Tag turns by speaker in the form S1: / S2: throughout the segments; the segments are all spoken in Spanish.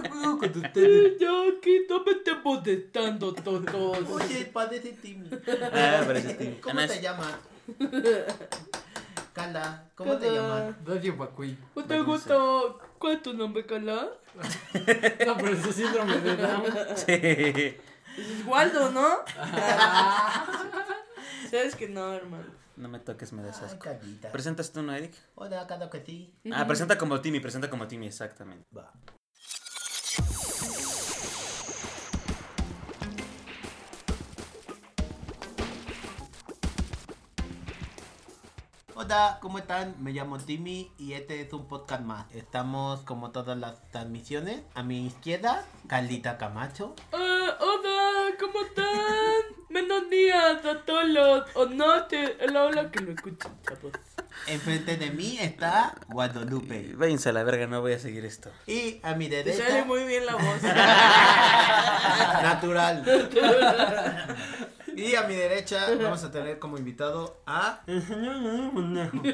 S1: con ustedes.
S2: Yo que no me estén molestando, todos.
S3: Oye, parece Timmy.
S1: Ah, parece Timmy.
S3: ¿Cómo
S1: Ah, no,
S3: te
S1: es-
S3: llamas? Carla, ¿cómo te
S2: Carla.
S3: llamas?
S4: Radio Bakui.
S2: ¿Te gusta? ¿Cuál es tu nombre, Carla?
S4: No, pero ese síndrome de Down.
S1: Sí.
S2: Es Waldo, ¿no? Sabes que no, hermano.
S1: No me toques, me das
S3: Ay,
S1: asco.
S3: Carlita.
S1: ¿Presentas tú, no, Eric?
S3: Hola, Carla, que sí.
S1: Ah, presenta como Timmy, presenta como Timmy, exactamente.
S3: Va. Hola, ¿cómo están? Me llamo Timmy y este es un podcast más. Estamos como todas las transmisiones. A mi izquierda, Carlita Camacho.
S2: Ah, hola, ¿cómo están? Buenos días a todos, o noches, a la hora que lo escuchen, chavos.
S3: Enfrente de mí está
S1: Eh,
S3: Guadalupe.
S1: Váyanse a la verga, no voy a seguir esto.
S3: Y a mi
S2: Te sale
S3: derecha,
S2: muy bien la voz.
S3: natural. Y a mi derecha vamos a tener como invitado a
S1: El señor me dio conejo. Me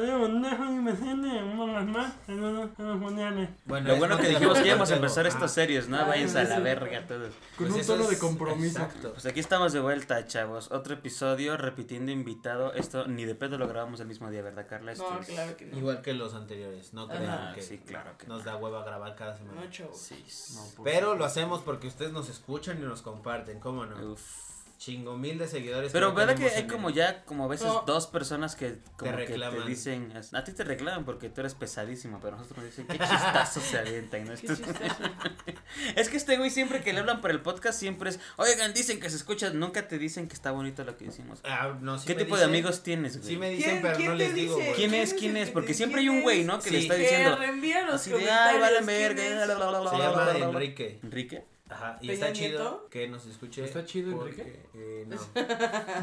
S1: dio conejo y me tiene unas más en unos paneles.
S3: Bueno,
S1: Lo
S3: es
S1: bueno que
S3: contenido,
S1: dijimos que íbamos a
S3: contenido.
S1: empezar
S3: Ah.
S1: estos serios, ¿no? Váyanse a la verga todos.
S4: Con
S3: Pues
S4: un
S3: eso
S4: tono de
S3: es-
S4: compromiso.
S3: Exacto.
S1: Pues aquí estamos de vuelta, chavos. Otro episodio repitiendo invitado. Esto ni de pedo lo grabamos el mismo día, ¿verdad, Carla? Esto
S2: No,
S1: es-
S2: claro que no.
S3: Igual que los anteriores, no
S2: Ajá.
S3: crean que
S1: Sí, claro que
S3: nos da hueva grabar cada semana.
S2: No, chavos.
S1: Sí.
S4: No, por
S3: Pero lo
S4: supuesto.
S3: hacemos porque ustedes nos escuchan y nos comparten, ¿cómo no?
S1: Uf.
S3: Chingo mil de seguidores.
S1: Pero
S3: no
S1: verdad que
S3: tenemos
S1: hay
S3: en
S1: como
S3: el-
S1: ya, como a veces
S2: No.
S1: dos personas que como que te
S3: reclaman.
S1: dicen, a ti te reclaman porque tú eres pesadísimo, pero nosotros nos dicen qué chistazo se avienta y no
S2: Qué
S1: Estos-
S2: chistoso.
S1: Es que este güey siempre que le hablan por el podcast siempre es, oigan, dicen que se escucha, nunca te dicen que está bonito lo que hicimos.
S3: Ah, no, sí
S1: ¿Qué
S3: me
S1: tipo de
S3: dicen-
S1: amigos tienes, güey?
S3: Sí me dicen, pero no
S2: te
S3: les digo,
S2: dice?
S3: güey.
S1: ¿Quién es?
S2: el
S1: ¿Quién
S2: que
S1: es?
S2: te-
S1: Porque
S2: quién
S1: siempre hay un
S2: es?
S1: güey, ¿no? Que le
S3: Sí.
S1: está
S3: Que
S2: Que
S1: diciendo,
S2: reenvía los
S1: así de, ay, vale
S2: comentarios,
S1: verga. eh,
S2: ¿quién
S1: la, la,
S2: es?
S1: la, la, la,
S3: Se
S1: la,
S3: llama
S1: la, la, la".
S3: Enrique.
S1: ¿Enrique?
S3: Ajá, y
S2: ¿Peña
S3: está
S2: Nieto?
S3: chido que nos escuche.
S4: ¿Está chido, Enrique?
S3: porque, eh, no.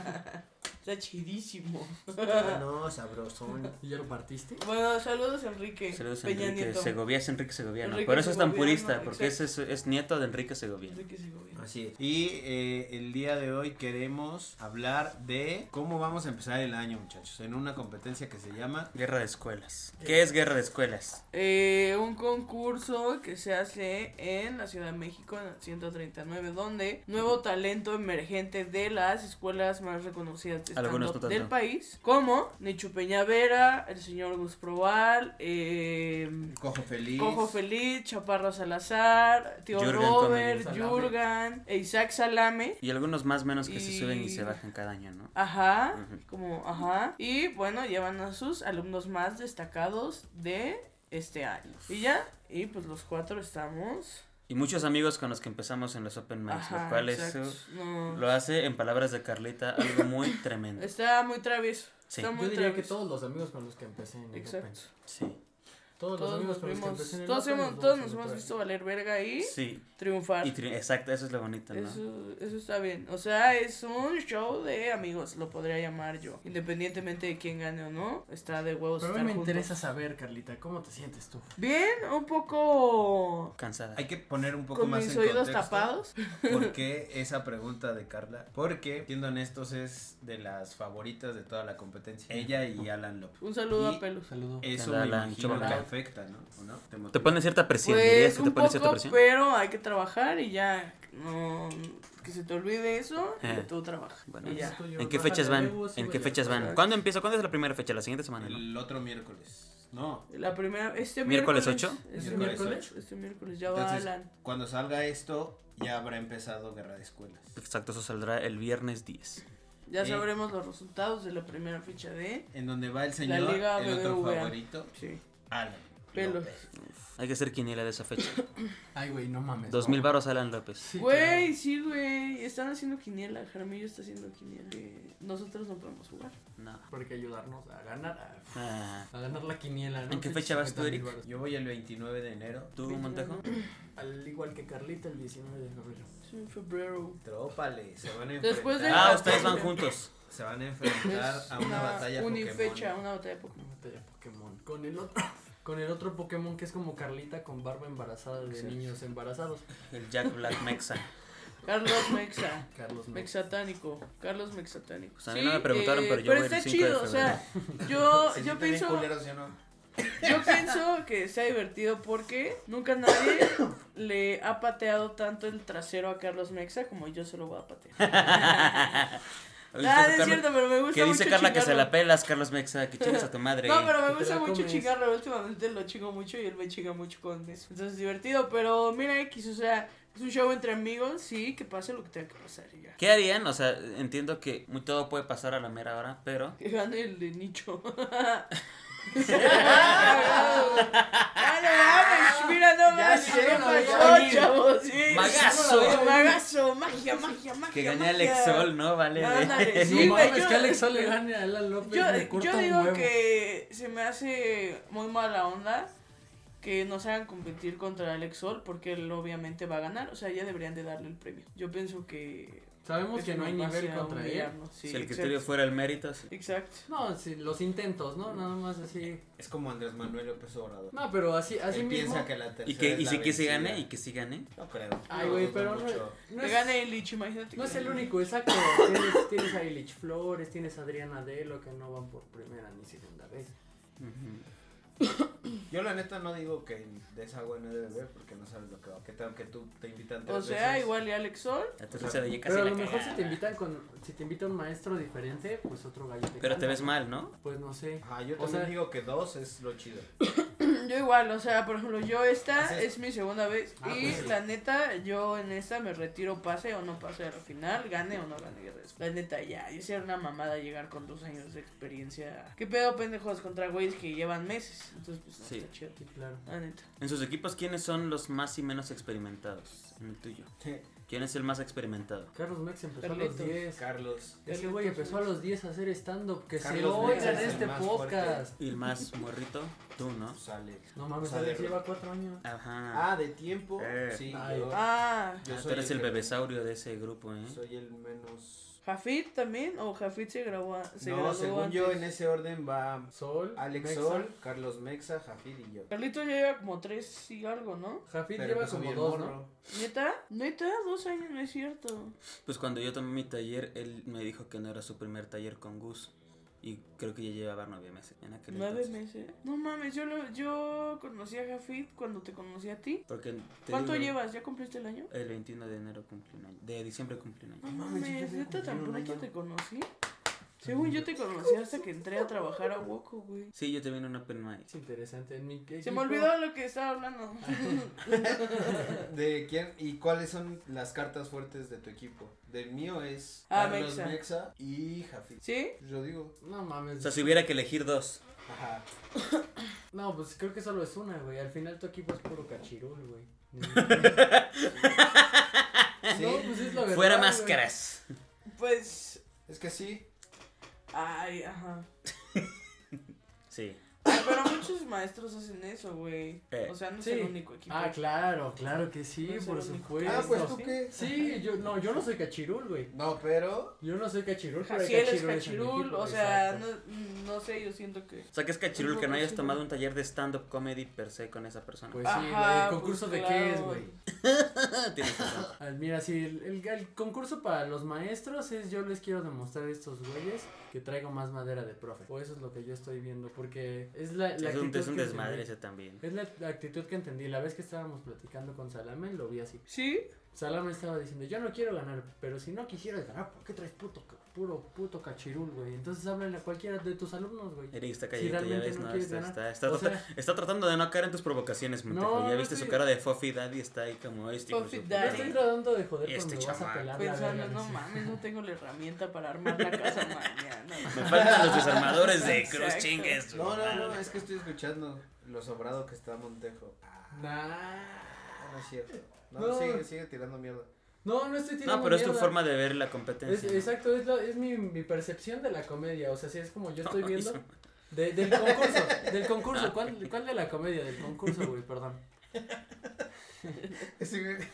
S2: Está chidísimo.
S3: Ah, no, sabrosón.
S4: ¿Y ya lo partiste?
S2: Bueno, saludos Enrique.
S1: Saludos a
S2: Peña
S1: Enrique
S2: Nieto.
S1: Segovia, es Enrique Segoviano.
S2: Enrique
S1: Por eso es tan
S2: Segoviano,
S1: purista, porque
S2: exacto.
S1: ese es, es nieto de Enrique Segoviano.
S2: Enrique Segovia.
S3: Así es. Y eh, el día de hoy queremos hablar de cómo vamos a empezar el año, muchachos, en una competencia que se llama
S1: Guerra de escuelas. ¿Qué es guerra de escuelas?
S2: Eh, un concurso que se hace en la Ciudad de México, en la 139, donde nuevo talento emergente de las escuelas más reconocidas de
S1: Algunos
S2: stand-up
S1: no tanto.
S2: del país, como Nichu Peña Vera, el señor Gus Proval, eh,
S3: Cojo Feliz.
S2: Cojo Feliz, Chaparro Salazar, Tío
S1: Jürgen
S2: Robert,
S4: Comedy.
S2: Jurgen, e Isaac Salame.
S1: Y algunos más menos que se
S2: Y-
S1: suben y se bajan cada año, ¿no?
S2: Ajá,
S1: Ujú.
S2: como ajá. Y bueno, llevan a sus alumnos más destacados de este año. Y ya, y pues los cuatro estamos.
S1: Y muchos amigos con los que empezamos en los Open Mics,
S2: Ajá,
S1: lo cual eso
S2: exacto. No.
S1: lo hace, en palabras de Carlita, algo muy tremendo.
S2: Está muy travieso.
S1: Sí.
S2: Está muy
S4: Yo diría que
S2: travieso.
S4: todos los amigos con los que empecé en el
S2: Exacto.
S4: Open.
S1: Sí,
S4: Todos los
S2: Todos
S4: amigos
S2: nos
S4: con los que
S2: vimos-
S4: empecé en el
S2: todos
S4: Open
S2: hemos-
S4: los
S2: todos
S4: vamos
S2: nos
S4: a
S2: hemos
S4: encontrar.
S2: visto valer verga y
S1: sí.
S2: triunfar.
S1: Y tri- exacto, eso es lo bonito, ¿no?
S2: Eso, eso está bien. O sea, es un show de amigos, lo podría llamar yo. Independientemente de quién gane o no, está de huevos.
S4: Pero a mí
S2: estar
S4: me
S2: juntos.
S4: interesa saber, Carlita, ¿cómo te sientes tú?
S2: Bien, un poco
S1: Cansada.
S3: Hay que poner un poco
S2: con
S3: más
S2: mis
S3: en
S2: oídos
S3: contexto
S2: tapados.
S3: ¿Por qué esa pregunta de Carla? Porque, siendo honestos, es de las favoritas de toda la competencia. Ella y Alan López.
S2: Un saludo
S3: Y
S2: a Pelus.
S4: Saludo.
S3: Eso
S1: Hola,
S3: me
S1: Alan,
S3: imagino que
S1: chúpala.
S3: afecta, ¿no? ¿O no? ¿Te
S1: Te
S3: motiva?
S1: ponen cierta presión, dirías
S2: Pues
S1: que te
S2: un
S1: ponen cierta
S2: poco,
S1: presión.
S2: pero hay que trabajar y ya. No, que se te olvide eso
S1: Eh.
S2: y tú trabajas.
S1: Bueno,
S2: y ya.
S4: pues,
S1: ¿En qué fechas van? ¿En qué fechas van? ¿Cuándo empieza? ¿Cuándo es la primera fecha? ¿La siguiente semana? no?
S3: El otro miércoles. No.
S2: La primera, este
S1: ¿Miércoles
S2: miércoles.
S1: ocho?
S2: Este
S3: Miércoles
S2: miércoles,
S3: ocho.
S2: este miércoles ya va
S3: Entonces,
S2: Alan.
S3: cuando salga esto, ya habrá empezado Guerra de Escuelas.
S1: Exacto, eso saldrá el viernes 10.
S2: Ya
S3: sí.
S2: sabremos los resultados de la primera fecha de.
S3: En donde va el señor,
S2: Liga
S3: el otro
S2: BBVA.
S3: favorito,
S2: Sí.
S3: Alan.
S2: Pelus.
S3: López.
S1: Hay que hacer quiniela de esa fecha.
S4: Ay, güey, no mames.
S1: Dos mil
S4: no.
S1: baros Alan López.
S4: Sí,
S2: Güey, sí, güey. Están haciendo quiniela. Jaramillo está haciendo quiniela. Nosotros no podemos jugar.
S1: No.
S4: claro, Porque ayudarnos a ganar, a,
S1: Ah,
S4: a ganar la quiniela, ¿no?
S1: ¿En qué fecha vas tú,
S4: 50,000
S1: Eric?
S4: varos.
S3: Yo voy el 29 de enero.
S1: ¿Tú, Montejo?
S4: Al igual que Carlita, el 19 de febrero.
S2: Es en febrero.
S3: Trópale, se van a enfrentar.
S2: Después de-
S1: Ah, ustedes van juntos.
S3: Se van a enfrentar
S2: Es
S3: a una, batalla Pokémon.
S2: unifecha, una batalla de Pokémon.
S4: Una batalla Pokémon. Con el otro. Con el otro Pokémon que es como Carlita con barba embarazada de
S2: Exacto.
S4: niños embarazados.
S1: El Jack Black Mexa.
S2: Carlos Mexa.
S4: Carlos Mex.
S2: Mexatánico. Carlos Mexatánico. eh,
S1: Pues a mí no me preguntaron, pero yo voy el
S2: está
S1: 5 de
S2: chido, o sea, yo,
S3: Se
S2: yo
S3: siente bien
S2: pienso.
S3: culero, ¿sí o no?
S2: Yo pienso que se ha divertido porque nunca nadie le ha pateado tanto el trasero a Carlos Mexa como yo se lo voy a patear. Ah, es cierto, pero me gusta
S1: Que dice
S2: mucho
S1: Carla que se
S2: chingarlo.
S1: la pelas, Carlos Mexa, que chingas a tu madre.
S2: No, pero me
S4: Te
S2: gusta
S4: la
S2: mucho
S4: comes.
S2: chingarlo. Últimamente lo chingo mucho y él me chinga mucho con eso. Entonces es divertido, pero mira X, o sea, es un show entre amigos, sí, que pase lo que tenga que pasar y ya.
S1: ¿Qué harían? O sea, entiendo que muy todo puede pasar a la mera hora, pero.
S2: Que gane el de nicho. Ah, no mames, mira, no mames,
S4: sé,
S2: ¿qué
S4: no,
S2: pasó,
S4: ya.
S2: chavos? Sí.
S1: Magazo.
S2: Magazo, magia, magia, magia.
S1: Que gané
S2: magia.
S1: Alex Sol, ¿no? Vale. de-
S2: Ándale,
S4: No
S2: sí, güey,
S4: mames,
S2: yo-
S4: que Alex Sol le gane a Alan López.
S2: Yo,
S4: me corta
S2: yo
S4: un
S2: digo
S4: huevo.
S2: que se me hace muy mala onda que nos hagan competir contra Alex Sol porque él obviamente va a ganar. O sea, ya deberían de darle el premio. Yo pienso que...
S4: Sabemos que
S2: eso
S4: no hay
S2: nos va
S4: nivel
S2: hacia
S4: contra él.
S2: humillarnos, sí,
S1: si el
S2: exacto.
S1: criterio fuera el mérito, sí.
S2: Exacto.
S4: No, sí, los intentos, ¿no? Nada más así.
S3: Es como Andrés Manuel López Obrador.
S4: No, pero así, así
S3: Él
S4: mismo.
S3: piensa que la tercera
S1: Y que,
S3: es
S1: y
S3: la
S1: sí que se
S3: vencida.
S1: gane, y que sí gane.
S3: No creo.
S4: Ay,
S3: No,
S4: güey,
S3: dudo
S4: pero no,
S3: mucho.
S4: no
S2: Que
S4: es,
S2: gane el Lich, imagínate.
S4: no
S2: que
S4: es el
S2: gane.
S4: único, exacto. Tienes, tienes a Illich Flores, tienes a Adriana Delo que no van por primera ni segunda vez.
S1: Ujú.
S3: Yo la neta no digo que de esa agua no debe ver porque no sabes lo que va. Que tal que tú te invitan tres
S2: O sea,
S3: veces?
S2: igual y Alex Sol.
S1: La tercera de ella casi
S4: Pero a
S1: la
S4: lo mejor
S1: cagaba.
S4: si te invitan con, si te invita un maestro diferente, pues otro gallo te
S1: Pero te
S4: canta,
S1: ves
S4: ¿no?
S1: mal, ¿no?
S4: Pues no sé.
S3: Ajá, yo
S4: O
S3: también
S4: sea-
S3: digo que dos es lo chido.
S2: Yo igual, o sea, por ejemplo, yo esta
S3: Así es.
S2: es mi segunda vez.
S4: Ah,
S2: y
S4: pues sí.
S2: la neta, yo en esta me retiro pase o no pase a la final, gane o no gane. Guerra de Sol. La neta, ya, yo era una mamada llegar con dos años de experiencia. ¿Qué pedo, pendejos, contra güeyes que llevan meses? Entonces, pues no
S1: Sí.
S2: está chido.
S4: Sí, claro.
S2: La neta.
S1: En sus equipos, ¿quiénes son los más y menos experimentados? En el tuyo. ¿Quién es el más experimentado?
S4: Carlos Mex empezó a
S2: Carlitos.
S4: los 10.
S3: Carlos.
S4: Ese güey empezó a los 10 a hacer stand-up. Que se
S3: Carlos
S4: lo
S3: Mex
S4: oigan
S3: es el
S4: este
S3: más
S4: podcast.
S1: Y el más morrito, tú, ¿no?
S3: Sale.
S4: No mames,
S3: Sale
S4: Alex
S3: Ro-
S4: lleva 4 años.
S1: Ajá.
S3: pues, Ah, de tiempo.
S1: Eh.
S3: Sí.
S4: Ay.
S3: yo-
S2: Ah,
S3: yo
S1: Ah, tú
S3: soy
S1: eres el
S3: que-
S1: bebesaurio de ese grupo, ¿eh?
S3: Soy el menos.
S2: Jafit también, o Jafit se grabó. a- Se
S3: no,
S2: graduó
S3: según yo,
S2: antes?
S3: en ese orden va
S4: Sol.
S3: Alex
S4: Mexa.
S3: Sol, Carlos Mexa, Jafid y yo.
S2: Carlitos ya lleva como tres y algo, ¿no?
S4: Jafid
S3: Pero
S4: lleva
S3: empezó
S4: como
S3: bien
S4: 2,
S3: morro.
S4: ¿no?
S2: ¿Neta? ¿Neta? Dos años, no es cierto.
S1: Pues cuando yo tomé mi taller, él me dijo que no era su primer taller con Gus. Y creo que ya llevaba nueve meses en aquel
S2: Nueve
S1: entonces.
S2: meses. No mames, yo, lo, yo conocí a Jafit cuando te conocí a ti.
S1: Porque te
S2: ¿Cuánto
S1: digo, eh.
S2: llevas? ¿Ya cumpliste el año?
S1: El 21 de enero cumplí un año. De diciembre cumplí un
S2: No
S1: año.
S2: mames,
S3: yo ya había
S2: ¿neta tan
S3: cumplido un
S2: pronto
S3: año.
S2: te conocí? Según yo te conocí hasta que entré a trabajar a Woco, güey.
S1: Sí, yo también en un open mic.
S4: Es interesante. En mi
S2: Se me
S4: equipo-
S2: olvidó lo que estaba hablando.
S3: ¿De quién y cuáles son las cartas fuertes de tu equipo? Del mío es
S2: Ah,
S3: Carlos
S2: Mexa.
S3: Mexa. y Jafid.
S2: ¿Sí?
S3: Yo digo,
S4: No
S1: O
S4: mames.
S1: sea, si hubiera que elegir dos.
S3: ajá.
S4: No, pues creo que solo es una, güey. Al final tu equipo es puro cachirul, güey.
S3: Sí,
S4: No, pues es la verdad.
S1: Fuera
S4: güey.
S1: máscaras.
S2: Pues.
S3: es que sí.
S2: Ay, ajá.
S1: Sí.
S2: Ay, Pero muchos maestros hacen eso, güey.
S1: Eh,
S2: O sea, no es
S4: sí.
S2: el único equipo.
S4: Ah, claro, claro que sí,
S2: No es el
S4: por
S2: único.
S4: supuesto.
S3: Ah, pues tú
S2: sí.
S3: qué.
S4: Sí, yo no, yo no soy cachirul, güey.
S3: No, pero
S4: Yo no soy cachirul, pero hay
S2: Jaciel es
S4: cachirul.
S2: cachirul, o sea, no, no sé, yo siento que.
S1: O sea, que es cachirul que no hayas tomado un taller de stand-up comedy per se con esa persona.
S4: Pues sí, güey.
S2: Ajá,
S4: ¿el ¿Concurso
S2: pues,
S4: de qué es,
S2: claro.
S4: güey?
S1: Tienes razón.
S4: Ah, Mira, sí, el, el- el concurso para los maestros es yo les quiero demostrar a estos güeyes que traigo más madera de profe. O eso es lo que yo estoy viendo, porque es la, la
S1: Es un,
S4: actitud
S1: es un
S4: que
S1: desmadre
S4: entendí.
S1: ese también.
S4: Es la, la actitud que entendí. La vez que estábamos platicando con Salame, lo vi así.
S2: ¿Sí?
S4: Salame estaba diciendo, yo no quiero ganar, pero si no quisieras ganar, ¿por qué traes puto, ca- puro puto cachirul, güey? Entonces háblale a cualquiera de tus alumnos, güey.
S1: Eric está
S4: Si
S1: calladito, ya
S4: realmente
S1: ves,
S4: no
S1: no,
S4: quieres
S1: está,
S4: ganar.
S1: está, está,
S4: O
S1: trata-
S4: sea-
S1: está tratando de no caer en tus provocaciones, Montejo.
S4: No,
S1: ya
S4: no
S1: viste su
S4: estoy-
S1: cara de Fofi Daddy, está ahí como este. hijo de
S2: Fofi
S1: su
S4: Yo
S2: Daddy.
S1: puta
S4: estoy
S1: madre.
S4: tratando de joder
S1: Este
S4: cuando vas a
S1: chamaco.
S4: pelar la
S2: Pensando,
S4: verga,
S2: no
S4: dice.
S2: mames, no tengo la herramienta para armar la casa mañana.
S1: Me faltan los desarmadores de Cruz
S2: Exacto.
S1: Chingues.
S3: no, no, no,
S2: Ah.
S3: es que estoy escuchando lo sobrado que está Montejo. Ah,
S4: Nah.
S3: no es cierto. No,
S4: No.
S3: sigue, sigue tirando mierda.
S4: No, no estoy tirando
S1: No, pero es tu
S4: mierda.
S1: forma de ver la competencia.
S4: Es-
S1: ¿no?
S4: exacto, es, lo- es mi, mi percepción de la comedia. O sea, sí es como yo estoy viendo. de- del concurso, del concurso. ¿Cuál, ¿Cuál de la comedia? Del concurso, güey, perdón.
S3: Ese güey-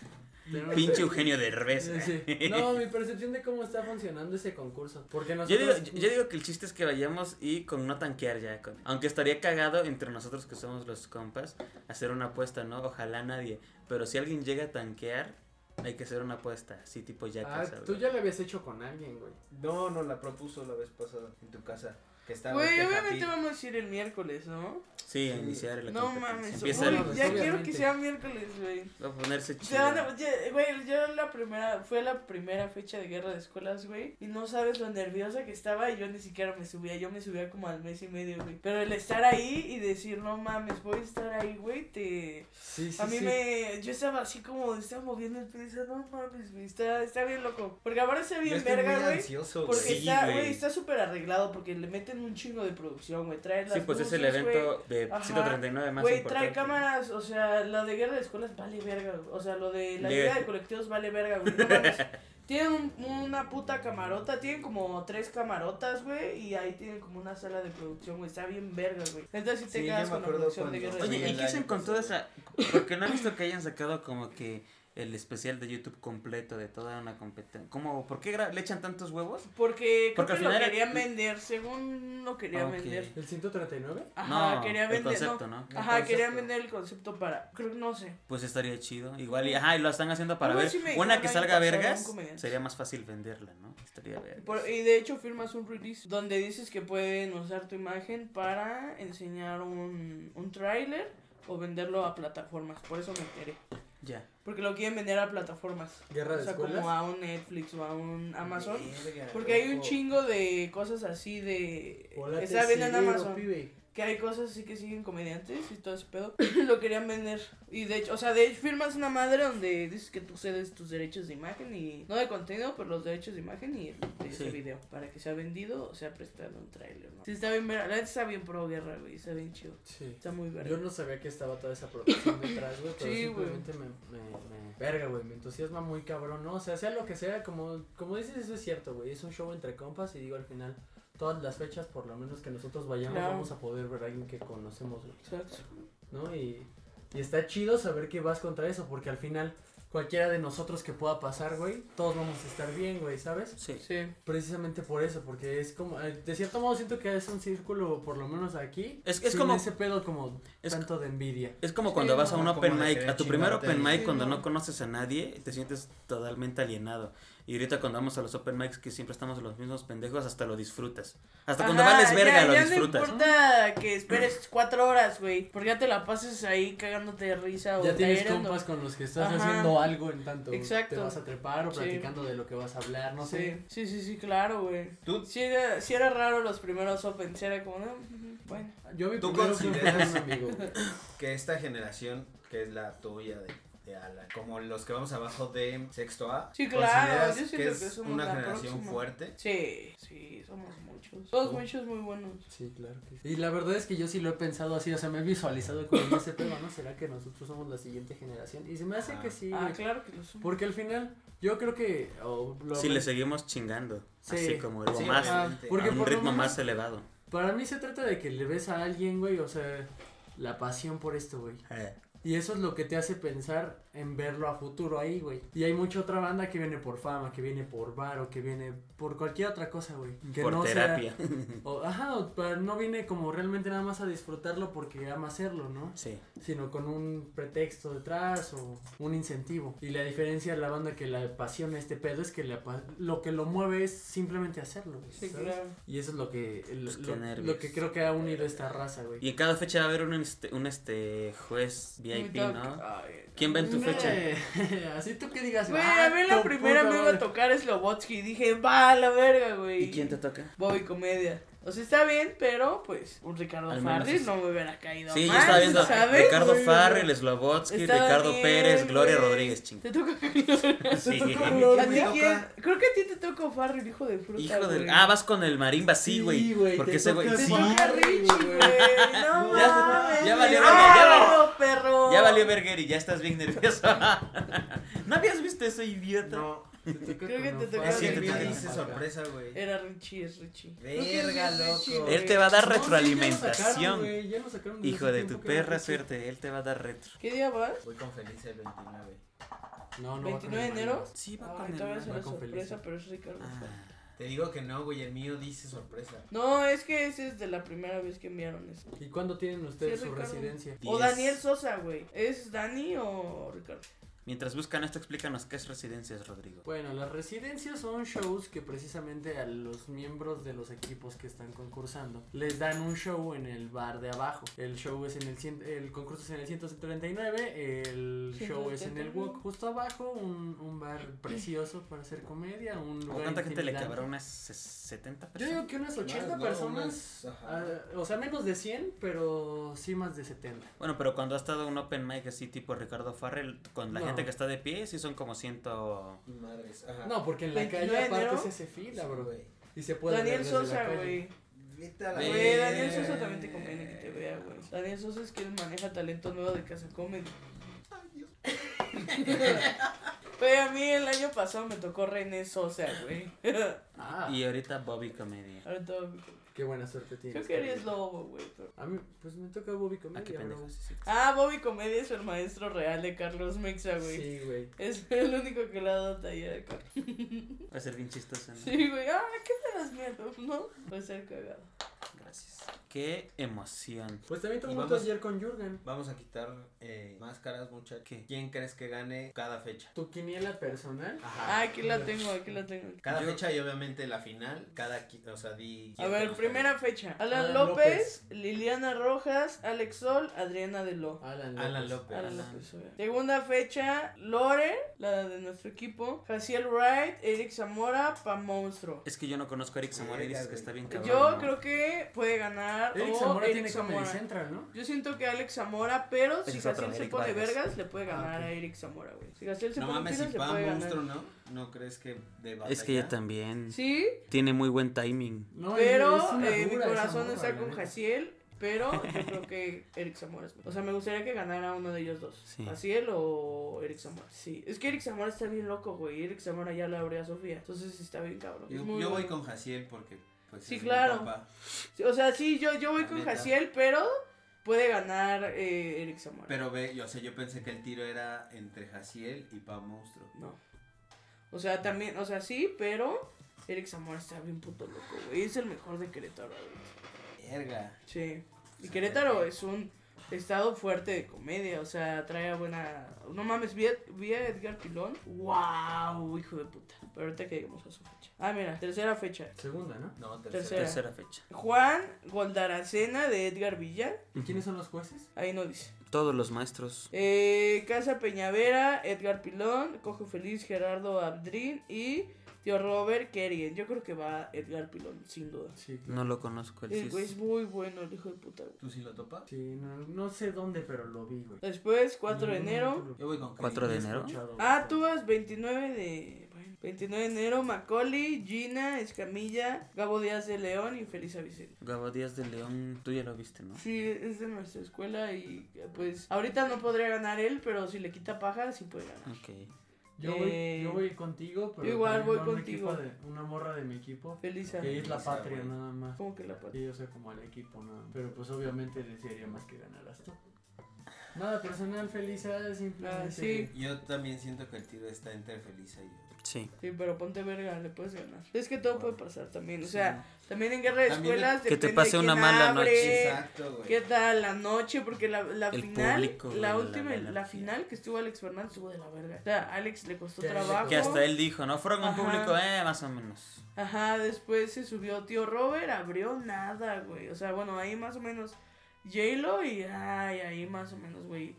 S4: Pero no
S1: Pinche
S4: sé.
S1: Eugenio Derbez.
S4: Eh, sí. No, mi percepción de cómo está funcionando ese concurso. Porque
S1: Yo digo,
S4: nosotros.
S1: yo digo que el chiste es que vayamos y con no tanquear ya. con- aunque estaría cagado entre nosotros que somos los compas, hacer una apuesta, ¿no? Ojalá nadie. Pero si alguien llega a tanquear, hay que hacer una apuesta. Así tipo ya
S4: Ah, tú ya lo habías hecho con alguien, güey.
S3: No, no, la propuso la vez pasada en tu casa. Que está
S2: Güey,
S3: este
S2: obviamente
S3: Jafí.
S2: vamos a ir el miércoles, ¿no?
S1: Sí, a
S3: Sí.
S1: iniciar la
S2: No
S1: competencia.
S2: mames,
S1: Empieza
S2: uy,
S1: el-
S4: lunes,
S2: ya quiero
S4: obviamente.
S2: que sea miércoles, güey.
S1: Va a ponerse
S2: Se van
S1: chido.
S2: a- ya- Güey, yo la primera, fue la primera fecha de guerra de escuelas, güey. Y no sabes lo nerviosa que estaba y yo ni siquiera me subía. Yo me subía como al mes y medio, güey. Pero el estar ahí y decir, no mames, voy a estar ahí, güey, te...
S4: Sí, sí,
S2: A mí
S4: sí.
S2: me... Yo estaba así como, estaba moviendo el pie y decía, no mames, güey, está, está bien loco. Porque ahora está
S3: Yo
S2: bien
S3: estoy
S2: verga,
S3: muy
S2: güey.
S3: ansioso,
S2: Porque
S3: güey.
S1: Sí,
S2: está,
S1: güey.
S2: güey, está súper arreglado porque le meten un chingo de producción, güey. Trae las
S1: Sí, pues es el
S2: luces, güey.
S1: evento de
S2: Ajá.
S1: 139 más
S2: Güey,
S1: importante.
S2: trae cámaras, o sea, lo de guerra de escuelas vale verga, güey. O sea, lo de la
S1: Le-
S2: guerra de colectivos vale verga, güey. No mames. tienen un- una puta camarota, tienen como tres camarotas, güey, y ahí tienen como una sala de producción, güey. Está bien verga, güey. Entonces sí te
S3: Sí,
S2: quedas
S3: yo me
S2: con la
S3: acuerdo
S2: producción de guerra
S3: cuando-
S2: de
S1: Oye, ¿y
S2: escuelas.
S1: qué hacen con toda esa...? Porque no he visto que hayan sacado como que el especial de YouTube completo de toda una competencia. ¿Cómo? ¿Por qué gra- le echan tantos huevos?
S2: Porque,
S1: Porque
S2: creo que
S1: al final-
S2: lo querían vender, según lo querían
S1: Ok.
S2: vender.
S4: ¿El 139?
S2: Ajá,
S1: no,
S2: quería
S1: el
S2: vender.
S1: concepto, ¿no?
S3: El
S2: Ajá, querían
S3: concepto.
S2: vender el concepto para. Creo que no sé.
S1: Pues estaría chido. Igual, y, ajá, y lo están haciendo para
S2: Algo
S1: ver.
S2: así me
S1: Una
S2: dijeron
S1: que
S2: el año
S1: salga
S2: pasado, un
S1: vergas,
S2: comediante.
S1: sería más fácil venderla, ¿no? Estaría vergas.
S2: Por- y de hecho firmas un release donde dices que pueden usar tu imagen para enseñar un, un tráiler o venderlo a plataformas. Por eso me enteré.
S1: Ya.
S2: Porque lo quieren vender a plataformas.
S4: ¿Guerra
S2: O
S4: de
S2: sea,
S4: escuelas?
S2: como a un Netflix o a un Amazon.
S3: Verga,
S2: Porque hay un
S3: loco.
S2: chingo de cosas así de...
S4: Volate
S2: Está viendo en
S4: cerebro,
S2: Amazon.
S4: pibe.
S2: que hay cosas así que siguen comediantes y todo ese pedo, lo querían vender. Y de hecho, o sea, de hecho firmas una madre donde dices que tú cedes tus derechos de imagen y no de contenido, pero los derechos de imagen y el de ese
S1: Sí.
S2: video para que sea vendido o sea prestado un tráiler, ¿no? Sí, está bien, ver- la neta está bien pro guerra, güey, está bien chido.
S4: Sí.
S2: Está muy verga.
S4: Yo no sabía que estaba toda esa producción detrás, güey, pero
S2: Sí, güey.
S4: simplemente me, me, me- Verga, güey, me entusiasma muy cabrón, ¿no? O sea, sea lo que sea, como, como dices, eso es cierto, güey, es un show entre compas y digo, al final, todas las fechas, por lo menos que nosotros vayamos,
S2: Claro.
S4: vamos a poder ver a alguien que conocemos, güey,
S2: Exacto.
S4: ¿no? Y, y está chido saber que vas contra eso, porque al final, cualquiera de nosotros que pueda pasar, güey, todos vamos a estar bien, güey, ¿sabes?
S1: Sí.
S2: Sí.
S4: Precisamente por eso, porque es como, eh, de cierto modo siento que es un círculo, por lo menos aquí,
S1: Es- es
S4: sin
S1: como-
S4: ese pedo como
S1: es-
S4: tanto de envidia.
S1: Es como cuando
S2: Sí,
S1: vas a
S3: no,
S1: un
S3: como
S1: open
S3: de
S1: mic,
S3: querer
S1: a tu primer
S3: chingarte.
S1: open mic
S2: Sí,
S1: cuando
S2: no.
S1: no conoces a nadie, te sientes totalmente alienado. Y ahorita cuando vamos a los open mics que siempre estamos los mismos pendejos, hasta lo disfrutas. Hasta cuando
S2: Ajá,
S1: vales verga
S2: ya,
S1: lo
S2: ya
S1: disfrutas.
S2: No importa que esperes cuatro horas, güey, porque ya te la pases ahí cagándote de risa o
S4: Ya tienes
S2: caerando.
S4: compas con los que estás
S2: Ajá.
S4: haciendo algo en tanto
S2: Exacto.
S4: te vas a trepar o
S2: Sí.
S4: platicando de lo que vas a hablar, no sé.
S2: Sí, sí, sí, claro, güey.
S3: ¿Tú,
S2: Si era, sí era raro los primeros Open, sí era como, no, ujú, bueno.
S4: Yo vi
S3: ¿Tú
S4: primero fue
S3: consideras-
S4: un amigo. güey.
S3: que esta generación, que es la tuya de, de Alan, como los que vamos abajo de sexto A,
S2: Sí, claro,
S3: ¿consideras
S2: yo siento
S3: que es
S2: que somos
S3: una
S2: la
S3: generación
S2: próxima.
S3: fuerte.
S2: Sí, sí, somos muchos. Todos muchos muy buenos.
S4: Sí, claro que sí. Y la verdad es que yo sí lo he pensado así, o sea, me he visualizado como ese pedo, ¿no? ¿Será que nosotros somos la siguiente generación? Y se me hace
S3: Ah.
S4: que sí.
S2: Ah,
S4: güey.
S2: claro que lo somos.
S4: Porque al final, yo creo que. o lo-
S1: Si le seguimos chingando.
S4: Sí.
S1: Así como
S3: Sí,
S1: más,
S2: Ah.
S3: obviamente.
S4: porque
S1: a un
S4: por lo
S1: ritmo
S4: menos-
S1: más elevado.
S4: Para mí se trata de que le ves a alguien, güey, o sea, la pasión por esto, güey.
S1: Eh,
S4: Y eso es lo que te hace pensar en verlo a futuro ahí, güey. Y hay mucha otra banda que viene por fama, que viene por bar o que viene por cualquier otra cosa, güey. Que
S1: por
S4: no sea-
S1: terapia.
S4: o- ajá, o pa- no viene como realmente nada más a disfrutarlo porque ama hacerlo, ¿no?
S1: Sí.
S4: Sino con un pretexto detrás o un incentivo. Y la diferencia de la banda que la pasión a este pedo es que la pa- lo que lo mueve es simplemente hacerlo, güey.
S2: Sí,
S4: ¿sabes?
S2: claro.
S4: Y eso es lo que, el-
S1: Pues qué
S4: lo,
S1: nervios.
S4: lo que creo que ha unido esta raza, güey.
S1: Y en cada fecha va a haber un, este, un este juez VIP, ¿no? ¿Quién va en tu
S4: Hombre,
S1: fecha?
S4: Así tú que digas,
S2: Güey,
S4: "Ah,
S2: a mí la
S4: tu
S2: primera
S4: puta
S2: me iba
S4: madre".
S2: a tocar es Lobotsky. Y dije, va a la verga, güey.
S1: ¿Y quién te toca?
S2: Bobby Comedia. O sea, está bien, pero pues un Ricardo
S1: Al menos
S2: Farrell
S1: es-
S2: no me hubiera caído.
S1: Sí, yo
S2: mal,
S1: estaba viendo
S2: ¿sabes?
S1: Ricardo
S2: Güey,
S1: Farrell, Slobotsky,
S2: está
S1: Ricardo
S2: bien,
S1: Pérez, Gloria
S2: güey.
S1: Rodríguez, ching.
S2: Te toca Gloria.
S1: Sí.
S2: ¿A ti
S3: Me
S2: quién?
S3: toca.
S2: Creo que a ti te toca Farrell, hijo de fruta.
S1: Hijo del.
S2: güey.
S1: Ah, vas con el marimba, sí, güey.
S4: Sí, güey,
S1: porque
S4: te
S1: ese güey.
S4: toca
S2: Te
S1: Sí.
S2: toca Richie, güey. No
S1: Ya-
S2: mames.
S1: ya valió
S2: güey.
S1: verga, ya
S2: ¡Ah, perro!
S1: Ya valió verguer y ya estás bien nervioso. ¿No habías visto eso, idiota?
S3: No,
S4: Te toca
S2: Creo que
S4: con
S2: te
S4: un
S2: toca
S3: es
S1: sí,
S4: fan.
S3: que
S1: te
S3: bien
S1: toca.
S3: dice sorpresa, güey.
S2: Era Richie, es Richie.
S3: Verga, loco.
S1: Él te va a dar
S4: No, sí, ya lo sacaron,
S1: retroalimentación.
S4: güey, ya lo sacaron de
S1: Hijo
S4: hace
S1: de
S4: tiempo
S1: tu
S4: que era
S1: perra
S4: Richie.
S1: suerte, él te va a dar retro.
S2: ¿Qué día vas?
S3: Voy con Felicia el 29.
S4: No, no va con
S2: 29 de
S4: el
S2: enero.
S4: Mario.
S1: Sí, va
S2: Ay,
S1: con
S2: todavía
S1: el.
S2: es una
S4: va con
S2: sorpresa,
S4: Felicia.
S2: pero es Ricardo.
S1: Ah,
S3: Te digo que no, güey, el mío dice sorpresa.
S2: No, es que ese es de la primera vez que enviaron eso.
S4: ¿Y cuándo tienen ustedes
S2: Sí,
S4: su
S2: Ricardo.
S4: residencia?
S2: O
S1: diez.
S2: Daniel Sosa, güey. ¿Es Dani o Ricardo?
S1: Mientras buscan esto, explícanos qué es Residencias, Rodrigo.
S4: Bueno, las residencias son shows que precisamente a los miembros de los equipos que están concursando les dan un show en el bar de abajo. El show es en el cien- el concurso es en el 139, el show es en el Wok. Justo abajo un, un bar precioso para hacer comedia, un
S1: ¿O
S4: lugar
S1: ¿Cuánta gente le
S4: intimidante.
S1: cabrá? ¿Unas ses- 70
S4: Yo
S1: personas?
S4: digo que unas 80
S3: Más, no,
S4: personas,
S3: unas, ajá.
S4: ah, o sea, menos de 100, pero sí más de 70.
S1: Bueno, pero cuando ha estado un open mic así tipo Ricardo Farrell, con la
S4: No.
S1: gente que está de pie, sí son como ciento...
S3: Madres, ajá.
S4: No, porque en la
S2: 29 de
S4: calle aparte
S2: enero.
S4: se hace fila,
S3: Sí,
S4: bro.
S3: güey.
S4: Y se puede ver
S2: Daniel
S4: desde la
S2: Sosa,
S4: calle.
S2: güey.
S3: Vete a la
S2: Güey,
S1: Ve.
S2: Daniel Sosa también te conviene que te vea, güey.
S1: Ah.
S2: Daniel Sosa es quien maneja talento nuevo de Casa Comedy. Güey, a mí el año pasado me tocó René Sosa, güey.
S4: Ah,
S1: Y ahorita Bobby Comedia.
S2: Ahora todo-
S4: qué buena suerte tienes.
S2: Creo que eres
S4: cabrón.
S2: lobo, güey. pero-
S4: A mí, pues me toca Bobby Comedia.
S1: Ah, qué
S4: bro.
S1: pendejo. sí, sí.
S2: Ah, Bobby Comedia es el maestro real de Carlos Mexa, güey.
S4: Sí, güey.
S2: Es el único que le ha dado taller a Carlos.
S1: Va a ser bien chistoso, ¿no?
S2: Sí, güey. Ah, ¿qué te das miedo? ¿No? Va a ser cagado.
S1: Gracias. Qué emoción.
S4: Pues también
S3: Y
S4: tomamos
S3: vamos-
S4: ayer con Jürgen.
S3: Vamos a quitar eh, máscaras, muchachos.
S1: ¿Qué?
S3: ¿Quién crees que gane cada fecha?
S4: Tu quiniela personal.
S3: Ajá.
S2: Ah, aquí la tengo, aquí la tengo.
S3: Cada
S1: Yo-
S3: fecha y obviamente la final. Cada, qui- o sea, di.
S2: A ver, primera fecha. Alan,
S4: Alan
S2: López, Liliana Rojas, Alex Sol, Adriana de Lo.
S4: Alan López.
S3: Alan López.
S2: Alan
S1: Alan.
S2: López, obvio. Segunda fecha, Lore, la de nuestro equipo, Jaciel Wright, Eric Zamora, Pa Monstruo.
S1: Es que yo no conozco a Eric Zamora y dices que está bien cabrón.
S2: Yo
S1: ¿no?
S2: creo que puede ganar
S4: Eric
S2: o
S4: Zamora
S2: Oh, Eric
S4: tiene Comedy
S2: Zamora.
S4: Central, ¿no?
S2: Yo siento que Alex Zamora, pero si
S1: Ese es otro,
S2: Jaciel se
S1: Eric
S2: pone
S1: Vargas.
S2: vergas, le puede ganar
S4: ok.
S2: a Eric Zamora, güey. Si Jaciel se
S3: No
S2: pone
S3: mames,
S2: vergas,
S3: si
S2: le
S3: va
S2: puede
S3: monstruo,
S2: ganar.
S3: ¿no? ¿No crees que de batalla?
S1: Es que ella también
S2: Sí,
S1: tiene muy buen timing.
S4: No, es
S2: Pero
S4: una
S2: eh, mi
S4: dura esa
S2: corazón
S4: morra,
S2: está
S4: la
S2: con
S4: neta.
S2: Jaciel, pero yo creo que Eric Zamora es mejor. O sea, me gustaría que ganara uno de ellos dos.
S1: Sí.
S2: Jaciel o Eric Zamora. Sí. Es que Eric Zamora está bien loco, güey. Eric Zamora ya le abrió a Sofía. Entonces está bien cabrón. Es
S3: Yo,
S2: muy
S3: yo voy
S2: bueno.
S3: con Jaciel porque. Pues,
S2: Sí,
S3: es mi
S2: claro.
S3: papá.
S2: Sí, O sea, sí, yo, yo voy
S3: La
S2: con
S3: neta.
S2: Jaciel, pero puede ganar eh, Eric Zamora.
S3: Pero ve, yo, o sea, yo pensé que el tiro era entre Jaciel y Pa Monstruo.
S2: No. O sea, también, o sea, sí, pero Eric Zamora está bien puto loco, güey. Es el mejor de Querétaro, güey.
S3: Verga.
S2: Sí. Y Querétaro es un estado fuerte de comedia, o sea, trae a buena... No mames, vi a, vi a Edgar Pilón. ¡Wow! Hijo de puta. Pero ahorita que lleguemos a su fecha. Ah, mira, tercera fecha.
S4: Segunda, ¿no?
S3: No,
S2: Tercera.
S3: tercera.
S1: Tercera fecha.
S2: Juan Goldaracena de Edgar Villa.
S4: ¿Y quiénes son los jueces?
S2: Ahí no dice.
S1: Todos los maestros.
S2: Eh, Casa Peñavera, Edgar Pilón, Cojo Feliz, Gerardo Abdrin y tío Robert Kerrien. Yo creo que va Edgar Pilón, sin duda.
S4: Sí.
S1: No lo conozco. él sí
S2: El güey
S1: es-
S2: es muy bueno, el hijo de puta. güey.
S3: ¿Tú sí lo topas?
S4: Sí, no, no sé dónde, pero lo vi, güey.
S2: Después, 4 de
S4: No, no,
S2: enero.
S4: no,
S3: Yo voy con
S1: Cuatro de
S3: Kevin.
S1: enero.
S4: escuchado,
S2: Ah,
S4: güey.
S2: tú vas 29 de... bueno, 29 de enero, Macaulay, Gina, Escamilla, Gabo Díaz de León y Felisa Vicente.
S1: Gabo Díaz de León, tú ya lo viste, ¿no?
S2: Sí, es de nuestra escuela y eh, pues ahorita no podría ganar él, pero si le quita paja sí puede
S4: Ah.
S2: ganar.
S1: Ok.
S4: Yo, voy,
S2: Eh,
S4: yo voy contigo, pero.
S2: yo igual
S4: también
S2: voy
S4: va un
S2: contigo.
S4: equipo de- una morra de mi equipo.
S2: Felisa.
S4: Que es la
S3: Felisa,
S4: patria,
S3: güey.
S4: nada más.
S2: Como que la pata.
S4: Sí, o sea, como al equipo, ¿no? Pero pues obviamente desearía más que ganaras tú. Nada personal, felicidades, simplemente.
S2: Ah, sí.
S3: Yo también siento que el tiro está entre Felisa y yo.
S1: Sí.
S2: Sí, pero ponte verga, le puedes ganar. Es que todo puede pasar también, o sea, también en guerra de
S3: También
S2: escuelas
S1: Que te
S2: depende
S1: pase
S2: quién
S1: una mala
S2: abre,
S1: noche.
S3: Exacto, güey.
S2: ¿Qué tal la noche? Porque la, la
S1: El
S2: final,
S1: público,
S2: la
S1: la-
S2: última,
S1: la
S2: la,
S1: energía.
S2: final que estuvo Alex Fernández estuvo de la verga. O sea, Alex le costó
S4: Que-
S2: trabajo.
S1: Que hasta él dijo, ¿no? Fueron un
S2: Ajá.
S1: público, eh, más o menos.
S2: Ajá, después se subió tío Robert, abrió nada, güey. O sea, bueno, ahí más o menos J-Lo y ay, ahí más o menos, güey.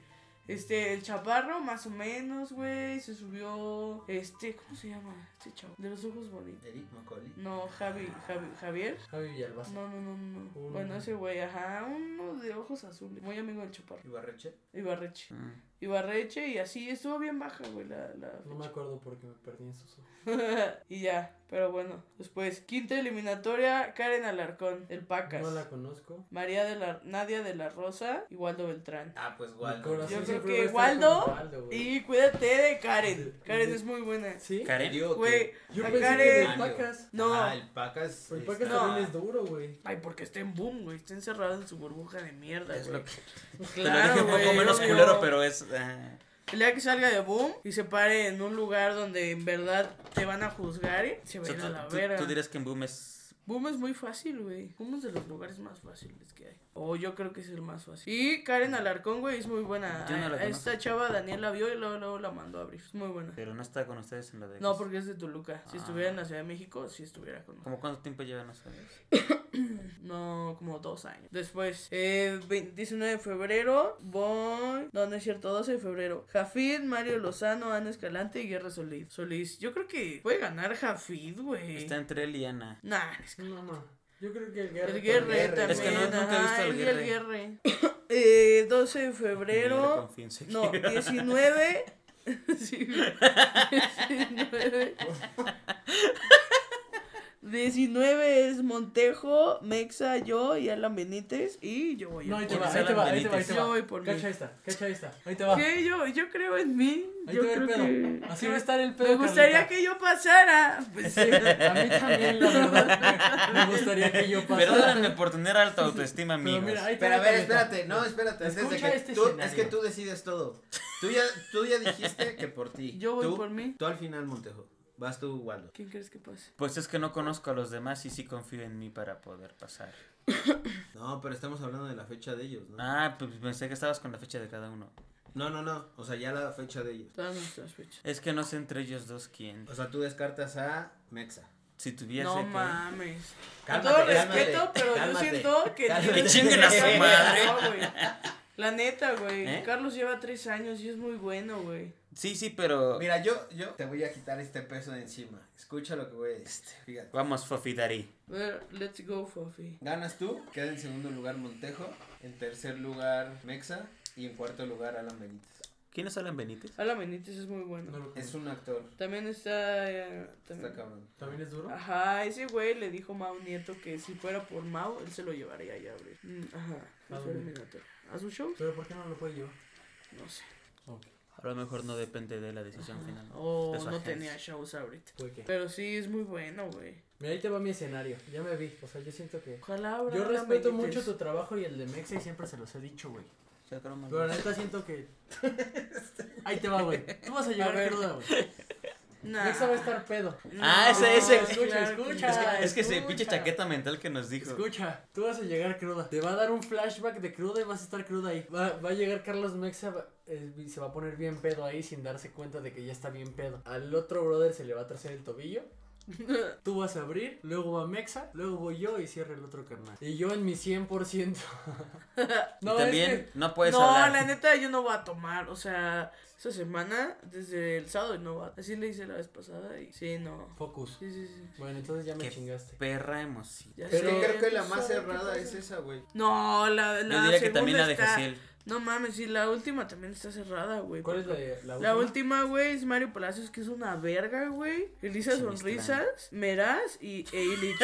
S2: Este, el chaparro, más o menos, güey. Se subió, este, ¿cómo se llama? Este chavo, de los ojos bonitos.
S3: Eric Macaulay.
S2: No, Javi, Javi, Javier.
S4: Javi Villalbazo.
S2: No, no, no, no.
S4: Uno.
S2: Bueno, ese güey, ajá, uno de ojos azules. Muy amigo del chaparro.
S3: ¿Y Barreche?
S2: Ibarreche.
S1: Mm.
S2: Ibarreche y así estuvo bien baja, güey, la, la
S4: No me acuerdo porque me perdí en sus ojos.
S2: fecha. y ya, pero bueno. Después, quinta eliminatoria, Karen Alarcón, el Pacas.
S4: No la conozco.
S2: María de la Nadia de la Rosa y Waldo Beltrán.
S3: Ah, pues
S4: Mi
S3: Waldo.
S4: corazón
S2: Yo creo
S4: siempre
S2: que
S4: va a estar con
S2: Waldo
S4: güey.
S2: Y cuídate de Karen. Karen es muy buena.
S4: ¿Sí?
S3: Te
S1: Karen.
S3: digo
S2: Güey,
S3: que-
S4: Yo
S2: a
S4: pensé que
S2: Karen-
S4: el Pacas.
S2: No.
S3: Ah, el Pacas.
S4: El
S3: está-
S4: Pacas
S2: No.
S4: también es duro, güey.
S2: Ay, porque está en boom, güey. Está encerrado en su burbuja de mierda,
S1: Es
S2: güey.
S1: lo que...
S2: Claro,
S1: Te lo dije un
S2: güey,
S1: poco menos
S2: obvio.
S1: culero, pero es... ah,
S2: El día que salga de boom y se pare en un lugar donde en verdad te van a juzgar, eh, se
S1: o
S2: va a
S1: sea,
S2: ir
S1: tú,
S2: a la
S1: tú-
S2: verga.
S1: tú dirías que en Boom es
S2: Boom es muy fácil, güey. Boom es de los lugares más fáciles que hay. O yo creo que es el más fácil. Y Karen Alarcón, güey, es muy buena.
S1: Yo no la
S2: A- a Esta
S1: conozco.
S2: chava Daniel la vio y luego, luego la mandó a abrir. Es muy buena.
S1: Pero no está con ustedes en la de.
S2: No, porque es de Toluca. Si
S1: Ah.
S2: estuviera en la Ciudad de México, si estuviera con
S1: ¿Cómo cuánto tiempo llevan ustedes?
S2: No, como dos años. Después, eh, 20 19 de febrero, voy. No, no es cierto, 12 de febrero. Jafid, Mario Lozano, Ana Escalante y Guerra Solís. Solís, yo creo que puede ganar Jafid, güey.
S1: Está entre él y Ana.
S2: Nah, es-
S4: No, no. Yo creo que el Guerre.
S2: el Guerre
S3: Guerre.
S2: también.
S1: Es que no, nunca he visto
S2: ajá,
S1: al
S2: él y el
S1: Guerre.
S2: Guerre. eh, 12 de
S1: Yo le
S2: febrero.
S1: confío en su
S2: No,
S1: equipo.
S2: 19. Sí, güey. 19. 19 es Montejo, Mexa, yo y Alan Benítez. Y yo voy a
S4: No, ahí te va,
S1: Porque
S4: ahí te va, ahí te va, ahí te
S1: Benítez.
S4: va.
S2: Yo voy por mí.
S4: Cacha esta, cacha esta. Ahí te va. Ahí
S2: ¿Qué? Yo, yo creo en mí.
S4: te
S2: yo
S4: va el
S2: creo
S4: pedo.
S2: que-
S4: Así
S2: que
S4: va a estar el pedo.
S2: Me gustaría
S4: Carlita.
S2: que yo pasara. Pues,
S4: Sí, a mí también, la verdad. Me gustaría que yo pasara.
S1: Perdónenme por tener alta autoestima,
S4: Pero
S1: amigos.
S4: mira, ahí te
S3: Pero a
S4: va,
S3: ver,
S4: Carlita.
S3: espérate, no, espérate. antes de
S4: Escucha
S3: que
S4: este
S3: tú- es
S4: escenario.
S3: que tú decides todo. Tú ya, tú ya dijiste que por ti.
S2: yo voy
S3: tú,
S2: por mí.
S3: Tú al final, Montejo. Vas tú, Waldo.
S2: ¿Quién crees que pase?
S1: Pues es que no conozco a los demás y sí confío en mí para poder pasar.
S3: No, pero estamos hablando de la fecha de ellos, ¿no?
S1: Ah, pues pensé que estabas con la fecha de cada uno.
S3: No, no, no. O sea, ya la fecha de ellos.
S2: Todas nuestras fechas.
S1: Es que no sé entre ellos dos quién.
S3: O sea, tú descartas a Mexa.
S1: Si tuviese
S2: No
S1: que...
S2: mames.
S3: Cálmate,
S2: Con todo
S3: cálmate,
S2: respeto, pero
S3: cálmate,
S2: yo siento que.
S3: cálmate.
S1: Que chinguen a su madre.
S2: No, güey. La neta, güey.
S1: ¿Eh?
S2: Carlos lleva tres años y es muy bueno, güey.
S1: Sí, sí, pero...
S3: Mira, yo, yo te voy a quitar este peso de encima. Escucha lo que voy a decir.
S2: Este.
S3: Fíjate.
S1: Vamos, Fofidari.
S2: A ver, let's go, Fofi.
S3: Ganas tú, queda en segundo lugar Montejo, en tercer lugar Mexa y en cuarto lugar Alan Benítez.
S1: ¿Quién es Alan Benítez?
S2: Alan Benítez es muy
S4: No
S2: bueno.
S4: lo-
S3: Es un actor.
S2: También está. eh, también-
S3: Está cabrón.
S4: ¿También es duro?
S2: Ajá, ese güey le dijo a Mao Nieto que si fuera por Mao, él se lo llevaría ya a abrir. Mm, Ajá,
S4: ¿A
S2: a su
S4: dónde?
S2: eliminatoria. ¿A su show?
S4: Pero ¿por qué no lo puede llevar?
S2: No sé.
S1: A lo mejor no depende de la decisión final.
S2: O
S1: De su
S2: no
S1: agencia.
S2: tenía shows ahorita.
S4: ¿Por qué?
S2: Pero sí, es muy bueno, güey.
S4: Mira, ahí te va mi escenario. Ya me vi. O sea, yo siento que.
S2: Ojalá abra
S4: Yo
S2: Alan
S4: respeto
S2: Benítez.
S4: mucho tu trabajo y el de Mexa y siempre se los he dicho, güey.
S1: Sacrómalo.
S4: Pero la neta siento que. Ahí te va, güey. Tú vas a
S2: A
S4: llegar
S2: ver.
S4: cruda, güey.
S2: Nah.
S4: Mexa va a estar pedo.
S1: Ah, ese- ese-
S4: Escucha,
S2: claro que
S4: escucha.
S2: no.
S1: Es que se
S4: Escucha.
S1: pinche chaqueta mental que nos dijo.
S4: Escucha, tú vas a llegar cruda. Te va a dar un flashback de cruda y vas a estar cruda ahí. Va, va a llegar Carlos Mexa va- eh, y se va a poner bien pedo ahí sin darse cuenta de que ya está bien pedo. Al otro brother se le va a torcer el tobillo. Tú vas a abrir, luego va Mexa, luego voy yo y cierra el otro carnal. Y yo en mi 100%.
S1: Y
S4: es
S1: también
S4: que-
S1: no puedes
S2: no,
S1: hablar.
S2: la neta, yo no voy a tomar. O sea, esta semana, desde el sábado, no voy a. Así le hice la vez pasada y. Sí, no.
S4: Focus.
S2: Sí, sí, sí.
S4: Bueno, entonces ya me
S1: Qué
S4: chingaste.
S1: Perra emoción.
S2: Ya
S3: Es
S4: Pero-
S3: que creo que la
S2: tú
S3: más
S2: sabes qué
S3: cerrada
S2: pasa.
S3: es esa, güey.
S2: No, la, la
S1: Yo diría que
S2: segunda
S1: también la de
S2: está-
S1: Jaciel.
S2: No mames, y la última también está cerrada, güey.
S4: ¿Cuál es la, la,
S2: La última, güey, es Mario Palacios, que es una verga, güey. Elisa
S1: Sinistrada.
S2: Sonrisas, Meraz y e Illich.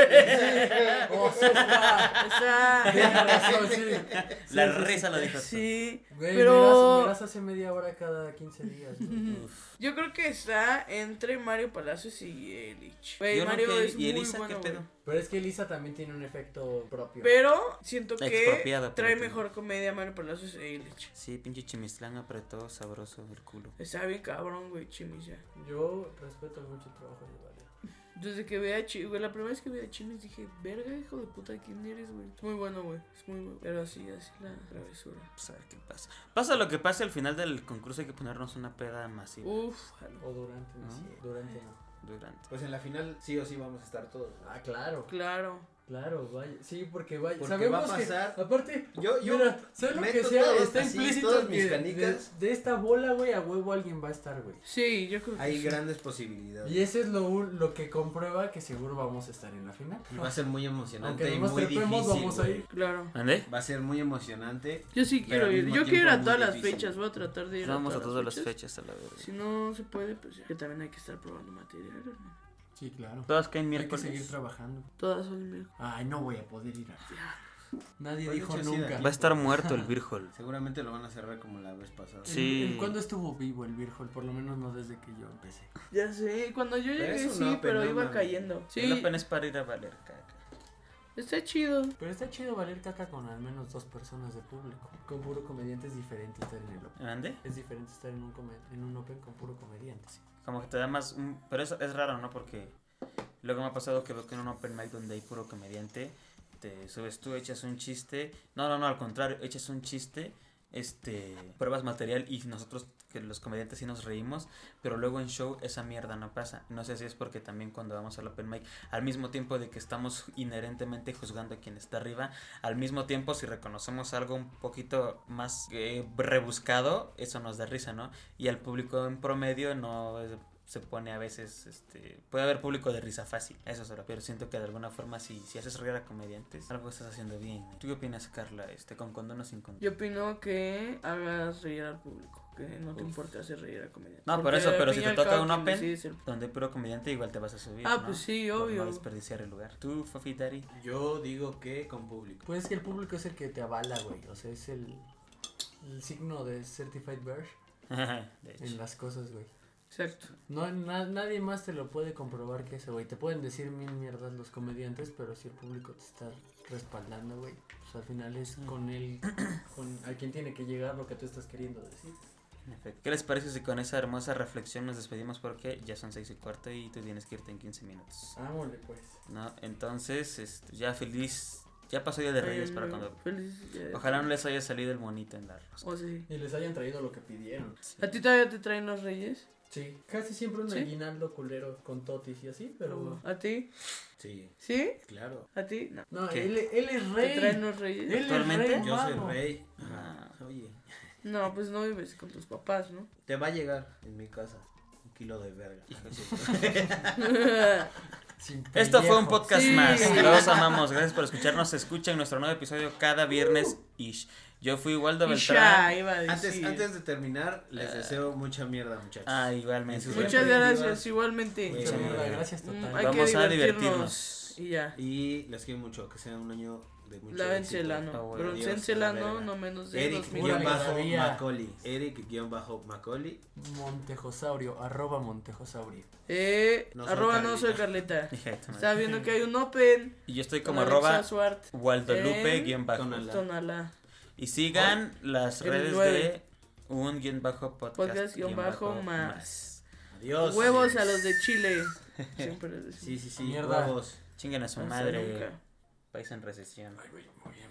S4: Oh, sí, está.
S2: Está...
S4: Tienes razón, sí.
S1: La risa lo dijo.
S2: Sí,
S4: Güey,
S2: pero...
S4: miras, miras hace media hora cada 15 días. güey.
S2: Yo creo que está entre Mario Palacios y Elich. Güey,
S1: Yo no
S2: Mario
S1: que-
S2: es
S1: ¿Y
S2: muy
S1: Elisa
S2: bueno,
S1: qué pedo?
S2: güey.
S4: Pero es que Elisa también tiene un efecto propio.
S2: Pero siento que
S1: Expropiada, por
S2: trae
S1: último.
S2: mejor comedia Mario Palacios e Illich.
S1: Sí, pinche chimislán apretó sabroso el culo.
S2: Está bien cabrón, güey, chimisa.
S4: Yo respeto mucho el trabajo de Vale.
S2: Desde que vi a Chimis, güey, la primera vez que vi a Chimis dije, verga, hijo de puta, ¿quién eres, güey? Es muy bueno, güey, es muy bueno. Pero así, así la travesura.
S1: Pues a ver qué pasa. Pasa lo que pase al final del concurso, hay que ponernos una peda masiva
S2: Uf, jalo.
S4: O durante, no,
S1: ¿No?
S4: sí, durante no.
S1: durante.
S3: Pues en la final sí o sí vamos a estar todos. güey.
S4: Ah, claro.
S2: claro.
S4: Claro, vaya. Sí, porque vaya.
S3: Porque
S4: Sabemos
S3: va a pasar-
S4: que. Aparte,
S3: Yo, yo.
S4: mira, ¿sabes lo que
S3: meto
S4: sea?
S3: todos,
S4: Está
S3: así,
S4: implícito
S3: todas
S4: que
S3: mis
S4: de,
S3: canicas.
S4: de esta bola, güey, a huevo alguien va a estar, güey.
S2: Sí, yo creo que
S3: Hay
S2: sí.
S3: grandes posibilidades.
S4: Y eso es lo, un- lo que comprueba que seguro vamos a estar en la final.
S3: Y Va a ser muy emocionante
S4: Aunque
S3: y
S4: no nos
S3: muy
S4: trepemos,
S3: difícil.
S4: vamos a
S3: güey.
S4: ir.
S2: Claro.
S1: ¿Ande?
S3: Va a ser muy emocionante.
S2: Yo sí
S3: Pero
S2: quiero
S3: al
S2: ir.
S3: mismo
S2: Yo quiero ir
S3: tiempo
S2: a
S3: muy
S2: todas las
S3: difícil.
S2: fechas. Voy a tratar de ir
S1: Vamos a todas
S2: todas
S1: las fechas a la verga.
S2: Si no se puede, pues ya. Que también hay que estar probando material, hermano.
S4: Sí, claro.
S1: Todas caen
S4: Hay que seguir
S1: miércoles.
S4: trabajando.
S2: Todas son mías.
S4: Ay, no voy a poder ir a. Nadie
S3: Oye,
S4: dijo
S3: Chocida,
S4: nunca.
S1: Va a estar muerto el Virgol.
S3: Seguramente lo van a cerrar como la vez pasada.
S1: Sí.
S4: ¿En- en ¿Cuándo estuvo vivo el Virgol? Por lo menos no desde que yo empecé.
S2: Ya sé, cuando yo
S3: Pero
S2: llegué
S3: es un
S2: sí,
S3: open,
S2: pero
S3: no
S2: iba
S3: mames.
S2: cayendo.
S1: El
S2: Sí,
S1: Open es para ir a valer caca.
S2: está chido.
S4: Pero está chido valer caca con al menos dos personas de público. Con puro comediante es diferente estar en el Open.
S1: ¿Ande?
S4: Es diferente estar en un, come- en un Open con puro comediante.
S1: Como que te da más un... Pero eso es raro, ¿no? Porque Luego me ha pasado que veo que en un open mic donde hay puro comediante, te subes tú, echas un chiste. No, no, no, al contrario, echas un chiste, este, pruebas material y nosotros, que los comediantes sí nos reímos, pero luego en show esa mierda no pasa. No sé si es porque también cuando vamos al open mic, al mismo tiempo de que estamos inherentemente juzgando a quien está arriba, al mismo tiempo si reconocemos algo un poquito más eh, rebuscado, eso nos da risa, ¿no? Y al público en promedio no es- se pone a veces, este, puede haber público de risa fácil, a eso solo, pero siento que de alguna forma si, si haces reír a comediantes, algo estás haciendo bien. ¿Tú qué opinas, Carla, este, con condón o sin condón?
S2: Yo opino que hagas reír al público. Que no te importe hacer reír al comediante.
S1: No, por
S2: Porque
S1: eso, pero
S2: al fin
S1: si
S2: y
S1: te
S2: al
S1: toca
S2: cabo
S1: un
S2: quien
S1: open,
S2: decide es el-
S1: Donde hay puro comediante igual te vas a subir.
S2: Ah,
S1: ¿no?
S2: pues sí,
S1: Por
S2: obvio.
S1: No desperdiciar el lugar. Tú, Fafi Dari.
S5: Yo digo que con público.
S4: Pues es que el público es el que te avala, güey. O sea, es el, el signo de Certified Bird
S1: de
S4: en
S1: hecho.
S4: las cosas, güey.
S2: Exacto.
S4: No, na- nadie más te lo puede comprobar que ese, güey. Te pueden decir mil mierdas los comediantes, pero si el público te está respaldando, güey, pues al final es con él, con a quien tiene que llegar lo que tú estás queriendo decir.
S1: En efecto. ¿Qué les parece si con esa hermosa reflexión nos despedimos? Porque ya son 6 y cuarto y tú tienes que irte en 15 minutos.
S4: Ámole, pues.
S1: ¿No? Entonces, este, ya feliz. Ya pasó Día de Reyes para cuando.
S2: Feliz día de-
S1: Ojalá no les haya salido el monito en la rosca.
S2: O sí.
S4: Y les hayan traído lo que pidieron.
S1: Sí.
S2: ¿A ti todavía te traen los reyes?
S4: Sí. Casi siempre un
S2: ¿Sí? Uh.
S4: aguinaldo culero con totis y así, pero...
S2: ¿A ti?
S3: Sí,
S2: ¿sí?
S3: claro.
S2: ¿A ti? No.
S4: No,
S1: ¿Qué?
S4: él, él es
S2: ¿Te traen
S4: rey.
S2: los reyes?
S4: Él
S1: Actualmente
S4: es rey,
S1: yo soy
S4: mano.
S3: Rey.
S1: Ah,
S3: Oye,
S2: No, pues no vives con tus papás, ¿no?
S3: te va a llegar en mi casa un kilo de verga.
S4: Sin
S1: Esto fue un
S4: pellejo.
S1: podcast
S2: Sí.
S1: más. Los amamos. Gracias por escucharnos. Se escucha en nuestro nuevo episodio cada viernes. Ish. Yo fui Waldo
S2: Y
S1: Beltrán.
S2: ya, iba a
S3: Antes,
S2: decir.
S3: antes de terminar, les deseo mucha mierda, muchachos.
S1: Ah, igualmente.
S3: Y sus
S2: Muchas gracias, igualmente.
S3: Muchas
S4: Mucha mierda,
S1: Sí.
S4: gracias
S2: Mm,
S4: total.
S2: hay que
S1: Vamos a
S2: divertirnos.
S1: divertirnos.
S2: Y ya.
S3: Y les quiero mucho, que sea un año de mucho
S2: Lávensela,
S1: Ah,
S2: no.
S1: bueno,
S2: Broncénsela,
S3: Dios, la
S2: no,
S3: verga.
S2: no menos de
S3: Eric
S2: 2000.
S3: guión
S4: Pura
S3: bajo
S4: maravilla.
S3: Macaulay. Eric guión bajo Macaulay.
S4: Montejosaurio, arroba Montejosaurio.
S2: Eh,
S3: No soy
S2: arroba no
S3: Carlita.
S2: soy Carleta.
S1: Hija de tu madre.
S2: Está viendo que hay un open.
S1: Y yo estoy como
S2: con
S1: arroba
S2: Alexa Suart.
S1: Waldolupe
S2: en
S1: guión bajo.
S3: Tonalá.
S2: Tonalá.
S1: Y sigan las
S2: el
S1: redes de
S2: nueve.
S1: un guión bajo podcast.
S2: Podcast guión bajo más.
S3: Adiós.
S2: Huevos a los de Chile. Siempre les decimos.
S3: Sí, sí, sí.
S4: Mierda.
S3: Huevos.
S1: Chinguen a su
S2: No sé
S1: madre.
S2: nunca.
S1: País en recesión.
S4: Ay, güey, muy bien, bien.